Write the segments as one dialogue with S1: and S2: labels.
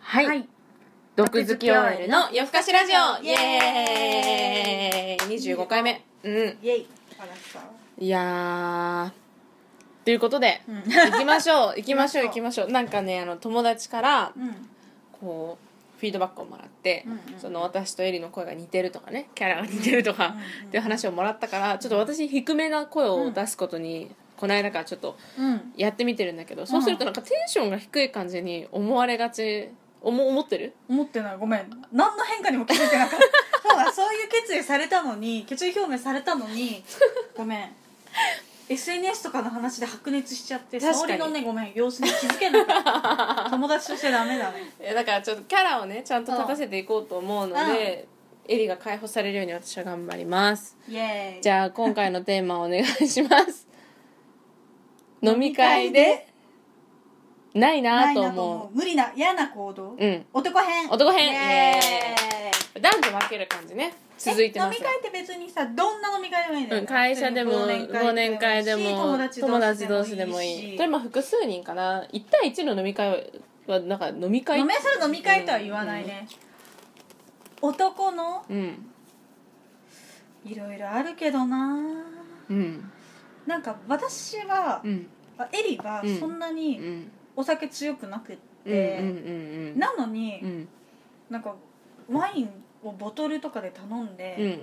S1: はい、
S2: はい
S1: 毒好き OL の夜更かしラジオイエーイ25回目うん
S2: イエイあらさ
S1: いやーということで、
S2: うん
S1: 行きまし ょう行きましょう
S2: 行
S1: 行き
S2: き
S1: ましょうなんかねあの友達から
S2: うん
S1: こうフィードバックをもらって、
S2: うんうん
S1: その私とエリの声が似てるとかねキャラが似てるとか、
S2: うん
S1: っていう話をもらったからちょっと私低めな声を出すことに、この間からちょっと
S2: うん
S1: やってみてるんだけど、そうするとなんかテンションが低い感じに思われがち思思ってる
S2: 思ってないごめん何の変化にも気づいてなかった そうだそういう決意されたのに決意表明されたのにごめん SNS とかの話で白熱しちゃって
S1: 確か
S2: 沙
S1: に
S2: 織のねごめん様子に気づけなかった 友達としてダメだね
S1: いやだからちょっとキャラをねちゃんと立たせていこうと思うので、エリが解放されるように私は頑張ります
S2: イエーイ
S1: じゃあ今回のテーマお願いし ます飲み会でない
S2: な
S1: ないと
S2: なと
S1: 思
S2: 思う無理な嫌な行動、
S1: ううん
S2: 男編
S1: 男編
S2: イエーイ
S1: 男女分ける感じね続いてます
S2: え飲み会って別にさどんな飲み会でもいいんだよ
S1: う
S2: ね
S1: ん、会社でも忘年会でも
S2: 友達同士でもいいし
S1: 例えば複数人かな1対1の飲み会はなんか飲み会
S2: 飲めそう飲み会とは言わないね、男の
S1: うん
S2: いろいろあるけどな
S1: うん
S2: なんか私は
S1: う、ん
S2: あエリは
S1: うん
S2: そんな
S1: うんう
S2: に
S1: ん
S2: お酒強くなく
S1: うんうん
S2: て、
S1: うん
S2: なのに、
S1: うん
S2: なんかワインをボトルとかで頼ん
S1: うんう
S2: で、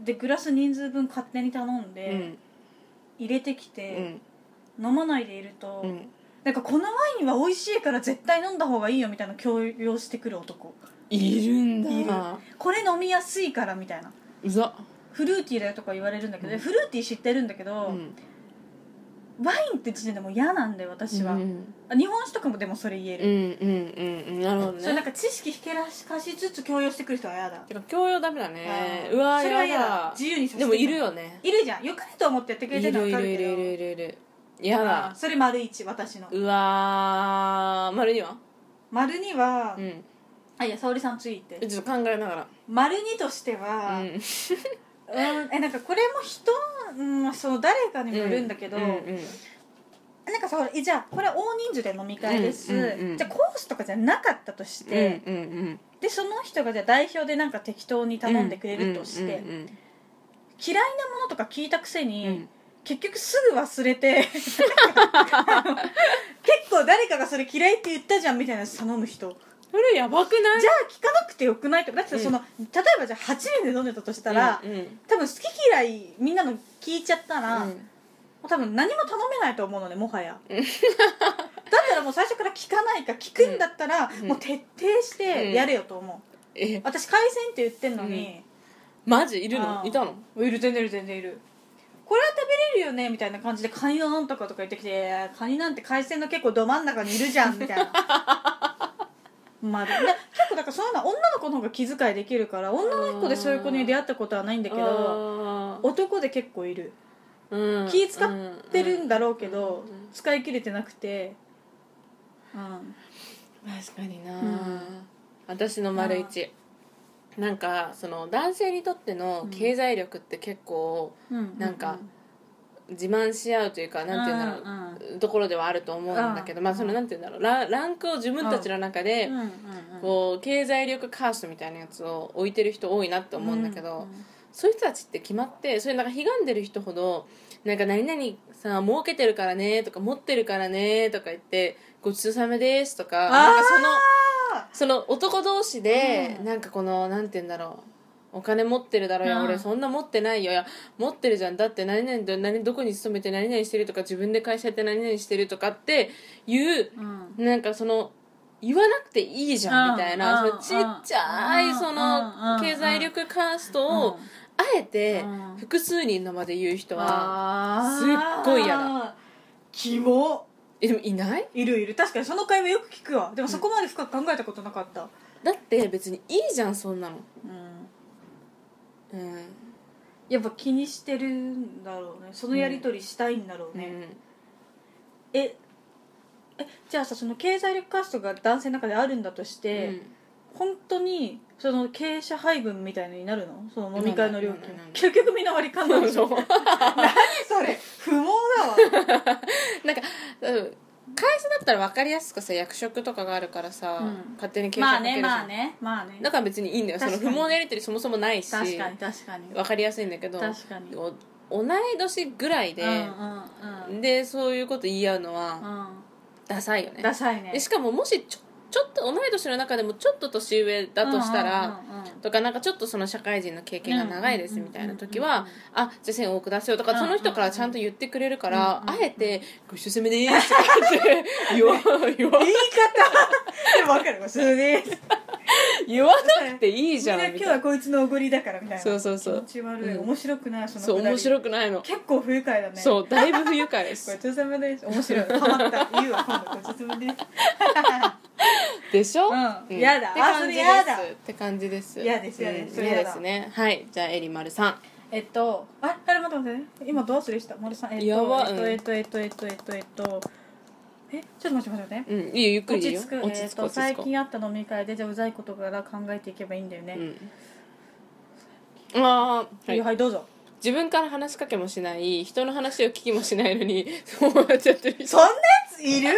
S1: ん
S2: でグラス人数分勝手に頼ん
S1: う
S2: で、
S1: ん
S2: 入れてき
S1: う
S2: て、
S1: ん
S2: 飲まないでいると、
S1: うん
S2: なんかこのワインは美味しいから絶対飲んだ方がいいよみたいな強要してくる男
S1: いるんだ
S2: いるこれ飲みやすいからみたいな
S1: うざ
S2: フルーティーだよとか言われるんだけど、
S1: うん
S2: フルーティー知ってるんだけ
S1: う
S2: ど、
S1: ん
S2: ワインって時点でもう嫌なんだよ私は、
S1: うん
S2: あ日本酒とかもでもそれ言え
S1: うんう
S2: る、
S1: んうんうんなるほど
S2: それなん
S1: ね
S2: か知識ひけらかしつつ強要してくる人は嫌だ
S1: てか教養ダメだねうわ
S2: それは嫌
S1: や
S2: だ
S1: だ
S2: 自由にさせて
S1: でもいるよね
S2: いるじゃんよくないと思ってやってく
S1: いる
S2: れて
S1: い
S2: るの
S1: る
S2: 分
S1: い
S2: かる
S1: る
S2: け
S1: い
S2: ど
S1: るいるいるや
S2: うん
S1: だ
S2: それ丸一私の
S1: うわー丸には
S2: 丸二は、
S1: うん
S2: あいや沙織さんついて
S1: ちょっと考えなが
S2: 丸二としては、
S1: らうん
S2: うん、えなんかこれも人、うん、そう誰かにもよるんだけど、
S1: うんうん
S2: なんかさえじゃあこれは大人数で飲み会です、
S1: うんうんうん
S2: じゃあコースとかじゃなかったとして、
S1: うんうん
S2: でその人がじゃあ代表でなんか適当に頼んでくれるとして、
S1: うんうん
S2: 嫌いなものとか聞いたくせに、
S1: うんうん
S2: 結局すぐ忘れて結構誰かがそれ嫌いって言ったじゃんみたいなやつ頼む人
S1: それやばくない
S2: じゃあ聞かなくてよくないとかだってその、例えばじゃあ8人で飲んでたとしたら、
S1: うんうん
S2: 多分好き嫌いみんなの聞いちゃったら、
S1: う
S2: も
S1: ん
S2: う多分何も頼めないと思うのねもはやだったらもう最初から聞かないか聞くんだったら、
S1: うん
S2: もう徹底してやれよと思う、
S1: え
S2: 私海鮮って言ってんのに、
S1: マジいる
S2: あ
S1: の
S2: ー
S1: いたの
S2: いる全然いる全然いるこれは食べれるよねみたいな感じでカニのなんとかとか言ってきて「カニなんて海鮮の結構ど真ん中にいるじゃん」みたい なまあでもね結構だからそういうのは女の子の方が気遣いできるから女の子でそういう子に出会ったことはないんだけど
S1: あ
S2: 男で結構いる
S1: ーうん
S2: 気使ってるんだろうけど、
S1: うんうん
S2: 使い切れてなくてうん
S1: 確かにな、
S2: うん
S1: 私の丸一なんかその男性にとっての経済力って結構
S2: うん
S1: なんか自慢し合うというかなんて言うんだろ
S2: ん
S1: うところではあると思うんだけどまあそのなんて言うんだろうランランクを自分たちの中で
S2: うんうんうん
S1: こう経済力カーストみたいなやつを置いてる人多いなって思うんだけど、
S2: うんうん
S1: そういう人たちって決まってそれなんか悲願でる人ほどなんか何々さ儲けてるからねとか持ってるからねとか言ってごちそうさまですとか
S2: あー
S1: なんかそのその男同士で、
S2: うん
S1: なんかこのなんて言うんだろうお金持ってるだろうよ、
S2: うん
S1: 俺そんな持ってないよいや持ってるじゃんだって何々ど何どこに勤めて何々してるとか自分で会社やって何々してるとかっていう
S2: うん
S1: なんかその言わなくていいじゃんみたいな
S2: うん
S1: そのちっちゃ
S2: う
S1: い
S2: ん
S1: そ
S2: うん
S1: の経済力カーストをあえて
S2: うん
S1: 複数人の場で言う人は
S2: あ
S1: すっごい嫌
S2: だキモ
S1: えでもいない
S2: いるいる確かにその会話よく聞くわでもそこまで深く考えたことなかった
S1: だって別にいいじゃんそんなの
S2: うん
S1: うん
S2: やっぱ気にしてるんだろうねそのやり取りしたいんだろうね、ええじゃあさその経済力カーストが男性の中であるんだとし
S1: うん
S2: て、本当にその経営配分みたいのになるのその飲み会の料
S1: な
S2: 金
S1: らないならない
S2: 結局みんな割り勘な
S1: うんん
S2: でし
S1: そ
S2: ょ
S1: う
S2: それ不毛だわ
S1: なんかうん会社だったら分かりやすくさ役職とかがあるからさ、
S2: うん
S1: 勝手に検
S2: まあ
S1: 索かける
S2: ね
S1: じゃん、
S2: まあねまあね
S1: だから別にいいんだよその
S2: 確
S1: 不
S2: かに
S1: 毛なやり取りそもそもないし
S2: 確かに確かに
S1: 分かりやすいんだけど
S2: 確かに
S1: お同い年ぐらいで、
S2: うんうん
S1: でそういうこと言い合うのは
S2: うん
S1: ダサいよ
S2: うん
S1: ね
S2: ダサいね
S1: でしかももしちょちょっと同い年の中でもちょっと年上だとしたら、
S2: うんうんうんうん
S1: とかなんかちょっとその社会人の経験が長いですみたいな時
S2: うん
S1: は
S2: うんうんうん
S1: 「あじゃあ1000多く出すよ」と
S2: う
S1: か
S2: んうん
S1: そ
S2: うん
S1: の人からちゃんと言ってくれるか
S2: うん
S1: ら
S2: う
S1: あ
S2: んうん
S1: えて「ご一緒攻めでーす」とかって言わ言わ
S2: 言い方でも分かるわそれで
S1: 言わなくていいじゃ
S2: みんなん
S1: み
S2: 今日
S1: たい
S2: は
S1: な
S2: こいつのおごりだからみたいな
S1: そうそうそう
S2: 気持ち悪い、
S1: うん
S2: 面白くないその
S1: そう面
S2: い
S1: 白くないの
S2: 結構不愉快だね
S1: そうだいぶ不愉快で
S2: ご
S1: す
S2: ちそうさまです面白いハマった言うわ今度ごちそうさまです
S1: でしょ
S2: うん
S1: うん
S2: やだ
S1: って感じで
S2: あそれやだ
S1: すって感じです
S2: 嫌です嫌です
S1: うん
S2: それや
S1: 嫌
S2: だ
S1: ですねはいじゃあえりまるさん
S2: えっとああれ待って待って今どうするした森さんえっと
S1: やばうん
S2: えっとえっとえっとえっとえっとえっとえちょっと待って待って待って
S1: うんいいよゆっく
S2: 落
S1: りでいい
S2: ち
S1: よ
S2: 着くえっと
S1: 落ち
S2: 最
S1: 着こ
S2: 近あった飲み会でじゃあうざいことから考えていけばいいんだよね、
S1: ううんああ
S2: はい、はい、どうぞ
S1: 自分から話しかけもしない人の話を聞きもしないのに そうなっちゃってる人
S2: そんなやついる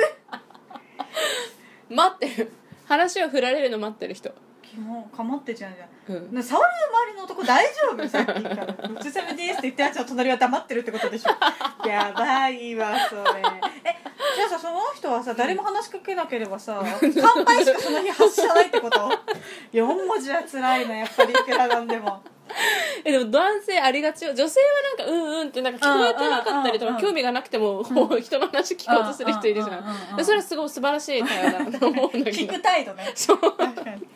S1: 待ってる話を振られるの待ってる人
S2: キモかまってちゃうじゃん
S1: うん
S2: な沙織の周りの男大丈夫さっきから「ごちそうさまです」って言ったやつの隣は黙ってるってことでし ょやばいわそれえじゃあさその人はさ誰も話しかけなければさ乾杯しかその日発さないってこと四文字は辛いなやっぱりいくらなんでも
S1: えでも男性ありがちよ女性はなんかうんうんってなんか聞こえてなかったりと
S2: うんうん
S1: か
S2: うんうん
S1: 興味がなくてもこう人の話聞こうとする人いるじ
S2: うんうんうんう
S1: ゃ
S2: ん
S1: ん
S2: うん
S1: でそれはすごい素晴らしい対話だなと思うんだけ
S2: 聞
S1: ど
S2: く態度ね
S1: そう
S2: 確かに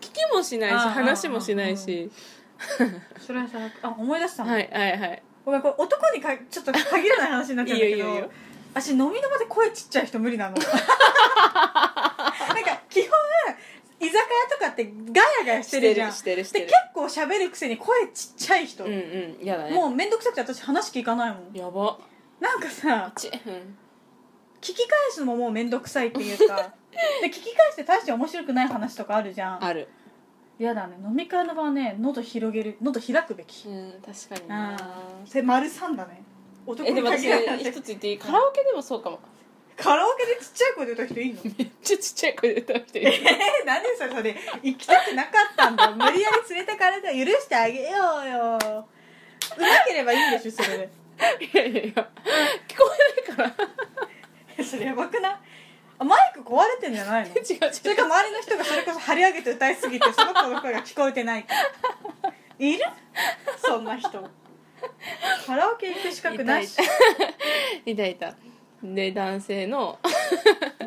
S1: 聞きもしないし
S2: うんうんうんうん
S1: 話もしないし
S2: それはさあ思い出したの、
S1: はいはいはい
S2: ごめんこれ男にかちょっと限らない話になっちゃうんだけど
S1: いいよいいよいいよ
S2: 私飲みの場で声ちっちゃい人無理 なのなんか基本居酒屋とかってガヤガヤしてるじゃん
S1: してるして
S2: で
S1: る
S2: 結構喋るくせに声ちっちゃい人、
S1: うんうんやだね
S2: もう面倒くさくて私話聞かないもん
S1: やば
S2: なんかさ
S1: ちうん
S2: 聞き返すのももう面倒くさいっていうかで聞き返して大して面白くない話とかあるじゃん
S1: ある
S2: 嫌だね飲み会の場はね喉広げる喉開くべき、
S1: うん確かに
S2: あ
S1: な
S2: あそれ丸三だね男
S1: えで
S2: に
S1: も私
S2: 限らない
S1: 一つ言っていいカラオケでもそう かも
S2: カラオケでちっちゃい声で歌う人いいのえ
S1: めっちゃちっちゃい声で歌う人 いる
S2: 何それそれ行きたくなかったんだ無理やり連れてかれた許してあげようようまければいいんでしょそれで
S1: いやいやいや聞こえないから
S2: それやばくないあマイク壊れてんじゃないの
S1: 違う違う
S2: それか周りの人がそれこそ張り上げて歌いすぎてその子の声が聞こえてないいるそんな人カラオケ行く資格なし
S1: いたいたで男性の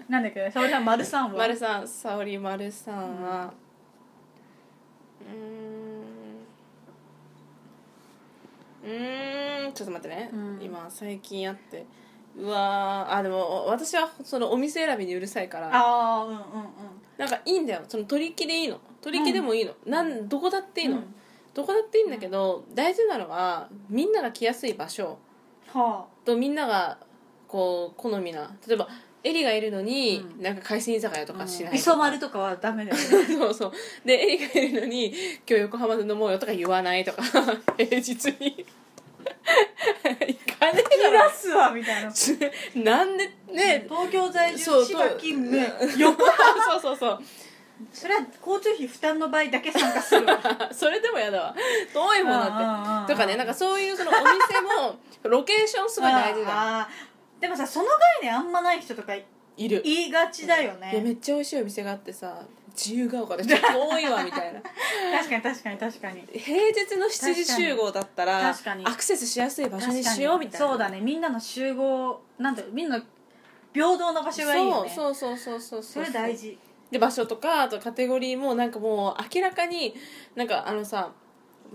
S2: なんだっけ沙織さん丸さんは
S1: 丸さん沙織丸さんはうーんうーんちょっと待ってね、
S2: うん
S1: 今最近あってうわーあでも私はそのお店選びにうるさいから
S2: ああうんうんうん
S1: なんかいいんだよその取り木でいいの取り木でもいいの、なんどこだっていいの、
S2: うん
S1: どこだっていいんだけど大事なのはみんなが来やすい場所、
S2: は
S1: とみんながこう好みな例えばエリがいるのに、
S2: う
S1: なんか海鮮居酒屋
S2: あ
S1: とかしない、
S2: 磯丸とかはダメだよね
S1: そうそうでエリがいるのに「今日横浜で飲もうよ」とか言わないとか 平日に 行かねえ
S2: 切
S1: だ
S2: らすわみたいな
S1: ろ なんでね
S2: 東京在
S1: そ
S2: 住
S1: う
S2: 千葉勤務
S1: 横浜 そうそうそう
S2: それは交通費負担の倍だけ参加するわ
S1: あそれでもやだわ遠いもんだ
S2: あーあーあ
S1: っ
S2: ー
S1: てとかねなんかそういうそのお店もロケーションすごい大事だ
S2: あーでもさその概念あんまない人とか
S1: いる
S2: 言いがちだよ
S1: いやめ
S2: ね
S1: っちゃ美味しいお店があってさ自由が丘でちょっと遠いわみたいな
S2: 確かに確かに確かに
S1: 平日の7時集合だったら
S2: 確かに
S1: アクセスしやすい場所にしようみたいな
S2: そうだねみんなの集合なんだろうみんなの平等な場所がいいよね
S1: そうそうそうそうそう
S2: それ大事
S1: で場所とかあとカテゴリーもなんかもう明らかになんかあのさ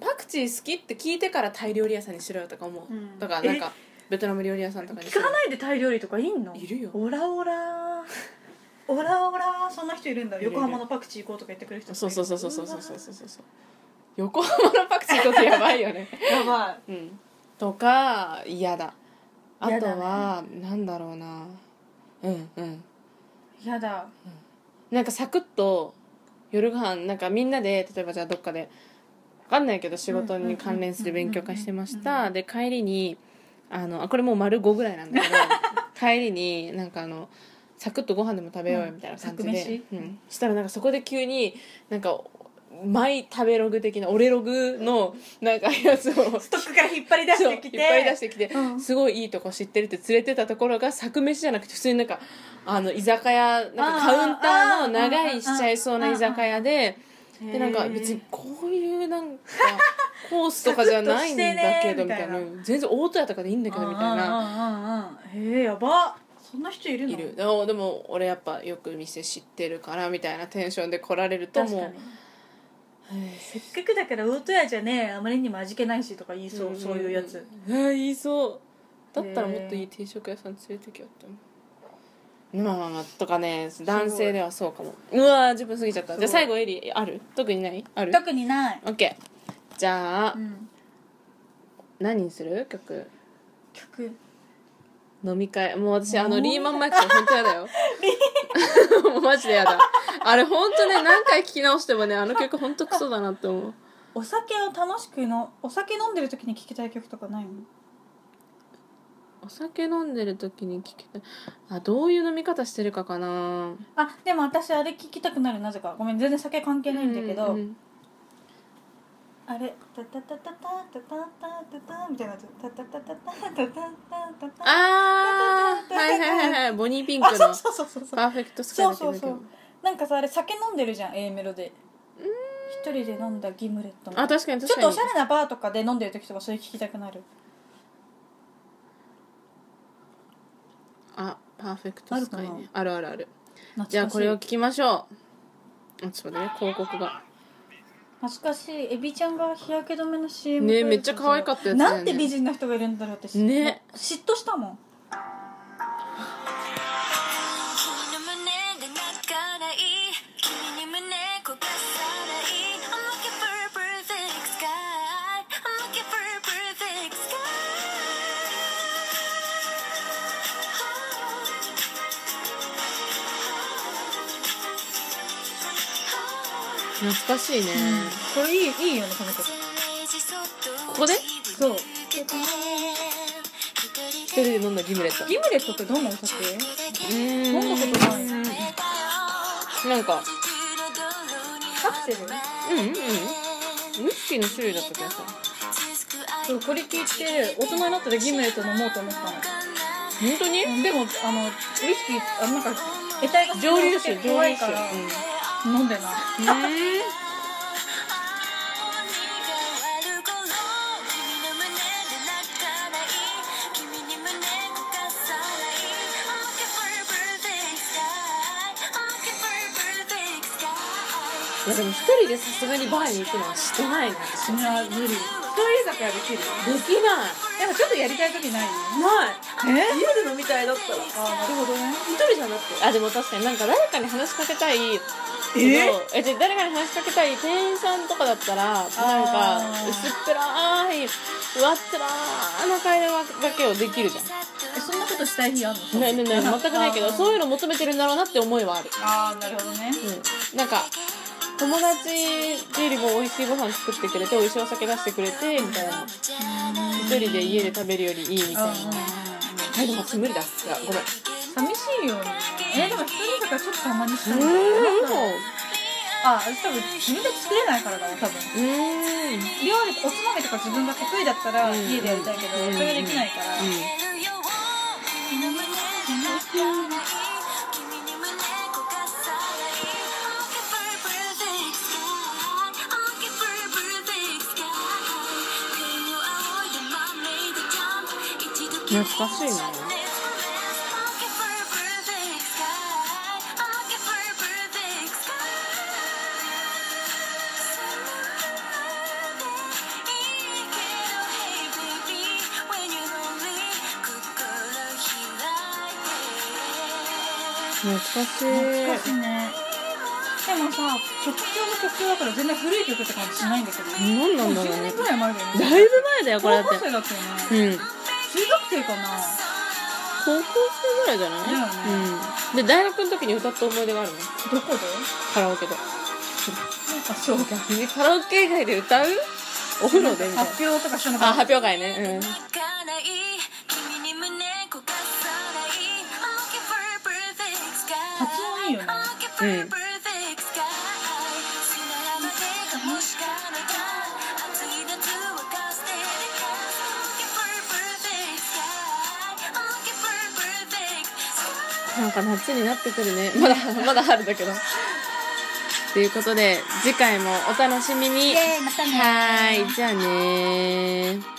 S1: パクチー好きって聞いてからタイ料理屋さんにしろよとか思う、
S2: うん
S1: とかなんかベトナム料理屋さんとかに
S2: 聞
S1: しろ
S2: かないでタイ料理とかいんの
S1: いるよ
S2: オラ オラオラオラそんな人いるんだ
S1: いるいる
S2: 横浜のパクチー行こうとか言ってくる人
S1: そうそうそうそうそうそうそうそうそう横浜のパクチーちょっとやばいよね
S2: うわやばい
S1: うん、とか嫌だあ
S2: 嫌
S1: と
S2: だね
S1: は、なんだろうなうんうん
S2: やだ
S1: なんかサクッと夜ご飯なんかみんなで例えばじゃあどっかでわかんないけど仕事に関連する勉強会してまし
S2: うんうんうんうんうん
S1: たで帰りにあのあこれもう丸5ぐらいなんだけど帰りになんかあのサクッとご飯でも食べようよみたいな感じ
S2: うんサ
S1: でう
S2: ク、
S1: んしたらなんかそこで急になんかマイ食べログ的な俺ログのなんかやつを
S2: ストックから引っ張り出し
S1: そうい
S2: て
S1: っ
S2: きて
S1: ぱい出してきて、
S2: うん
S1: すごいいいとこ知ってるって連れてたところが作飯じゃなくて普通になんかあの居酒屋なんかカウンターの長いしちゃいそうな居酒屋ででなんか別にこういうなん かコースとかじゃないんだけどみたいな
S2: サクッとしてねみ
S1: 全然オートやったからでいいんだけどみたいな
S2: なへえやばそんな人いるの
S1: いるでもでも俺やっぱよく店知ってるからみたいなテンションで来られると
S2: 確
S1: も
S2: か
S1: う
S2: に
S1: へ
S2: せっかくだから大戸屋じゃねあまりにも味気ないしとか言いそう、そういうやつ
S1: えー言いそうだったらもっといい定食屋さん連れてきよって思うまあまあまあとかね男性ではそうかもうわー10分過ぎちゃったじゃ
S2: すご
S1: あ
S2: い
S1: 最後エリある特にないある
S2: 特にない、
S1: オッケーじゃあ、
S2: うん、
S1: 何にする曲
S2: 曲リ
S1: 飲み会もう私
S2: もう
S1: あのリーマンマイクさん本当やだよ もうマジでやだ あれ本当ね何回聞き直してもねあの曲本当クソだなって思う
S2: お酒を楽しくのお酒飲んでる時に聴きたい曲とかないの
S1: お酒飲んでる時に聞きたいあどういう飲み方してるかかな
S2: あでも私あれ聴きたくなるなぜかごめん全然酒関係ないんだけど、
S1: うんうん
S2: あれタタタタタタタタタタみたいなやつタタタタタタタタタタ
S1: ああはいはいはいはいボニーピンク
S2: あ
S1: の
S2: そうそうそうそう
S1: パーフェクトスカイ
S2: そ
S1: だ
S2: う
S1: け
S2: そ
S1: ど
S2: うそうなんかさあれ酒飲んでるじゃん A メロで一人で飲んだギムレットみたい
S1: あ
S2: な
S1: 確かに
S2: ちょ
S1: 確か
S2: っと
S1: に
S2: おしゃれなバーとかで飲んでる時とかそれ聞きたくなる
S1: あパーフェクトスカイ
S2: あるか
S1: ねあるあるある
S2: 懐かしい
S1: じゃあこれを聞きましょうあちょっと待ってね広告が
S2: 懐かしいエビちゃんが日焼け止めの CM
S1: ね
S2: 撮る
S1: めっちゃ可愛かったやつだよね
S2: なんて美人な人がいるんだろうって
S1: ね
S2: 嫉妬したもん
S3: 君の胸が泣かない君に胸焦がさない I'm looking for a perfect sky I'm looking for a perfect sky
S1: 懐かしいね、
S2: これいいいいよねこの曲
S3: こ
S1: こで
S2: そう
S1: 一人で飲んだギムレット
S2: ギムレットってどんなお
S1: う
S2: 酒
S1: ー
S2: 飲んだことない
S1: んなんか
S2: カプセル
S1: うんうんうんウイスキーの種類だった気がする
S2: そうこれ聞いて大人になったらギムレット飲もうと思ったの
S1: 本当に
S2: でもあのウイスキーあなんか得体が
S1: 蒸留酒蒸
S2: 弱
S1: 留
S2: いか
S1: 酒
S2: ら、飲んでない
S1: うんねいやでも一人でさすがにバーに行くのはしてないな私
S2: そんな無理一人酒はできる
S1: できない
S2: でもちょっとやりたい時
S1: な
S2: ない
S1: い
S2: え
S1: 家で飲みたいだったら
S2: あーなるほどね
S1: 一人じゃなくてあでも確かになんか誰かに話しかけたいけど
S2: え
S1: えじゃあ誰かに話しかけたい店員さんとかだったらなん
S2: あ
S1: か
S2: ー
S1: 薄っぺらいうわっつらーな会話だけをできるじゃん
S2: えそんなことしたい日あるの
S1: ないないない全くないけどそういうの求めてるんだろうなって思いはある
S2: ああなるほどね
S1: うんなんか友達よりも美味しいご飯作ってくれて美味しいお酒出してくれてみたいな一人で家で食べるよりいいみたいなはいでも私無理だいやごめん
S2: 寂しいよねえでも一人酒はちょっとたまにし
S1: う
S2: たい
S1: ん
S2: あ私多分自分で作れないからだわ多分
S1: うん
S2: 料理おつまみとか自分が得意だったら
S1: うん
S2: 家でやりたいけど
S1: うん
S2: それができないから
S3: 懐かしいな。
S1: 懐かし
S2: 懐かし
S1: い
S2: いねでもさ曲調も曲調だから全然古い曲って感じしないんだけど
S1: 何なんだろう
S2: 10
S1: ね
S2: 年ぐらい前だよね
S1: だいぶ前だよこれだ
S2: 高
S1: って
S2: 校生だったよ
S1: う
S2: ね
S1: ん
S2: 中学生かな
S1: 高校生ぐらいじゃない
S2: だよね
S1: うんで大学の時に歌った思い出があるの
S2: どこで
S1: カラオケで
S2: あそうか
S1: 君カラオケ以外で歌うお風呂でみたいな
S2: 発表とかしたの
S1: あ
S2: かな
S1: 発表会ね
S3: 泣かない君に胸焦がさない for perfect sky 砂浜でかもしかめた暑い夏はかすてでか I'm looking for perfect
S1: なん
S3: sky I'm looking for perfect sky
S1: か夏になってくるね。まだ、まだ春だけど。ということで、次回もお楽しみに。
S2: イエーイまたね
S1: はーい、じゃあねー。